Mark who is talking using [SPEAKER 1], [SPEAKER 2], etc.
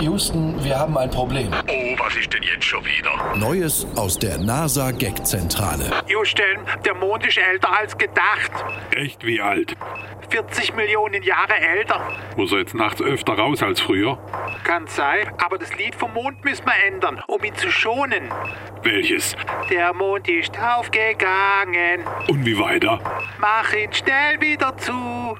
[SPEAKER 1] Houston, wir haben ein Problem.
[SPEAKER 2] Oh, was ist denn jetzt schon wieder?
[SPEAKER 3] Neues aus der NASA Gag Zentrale.
[SPEAKER 4] Houston, der Mond ist älter als gedacht.
[SPEAKER 2] Echt wie alt?
[SPEAKER 4] 40 Millionen Jahre älter.
[SPEAKER 2] Muss er jetzt nachts öfter raus als früher?
[SPEAKER 4] Kann sein, aber das Lied vom Mond müssen wir ändern, um ihn zu schonen.
[SPEAKER 2] Welches?
[SPEAKER 4] Der Mond ist aufgegangen.
[SPEAKER 2] Und wie weiter?
[SPEAKER 4] Mach ihn schnell wieder zu.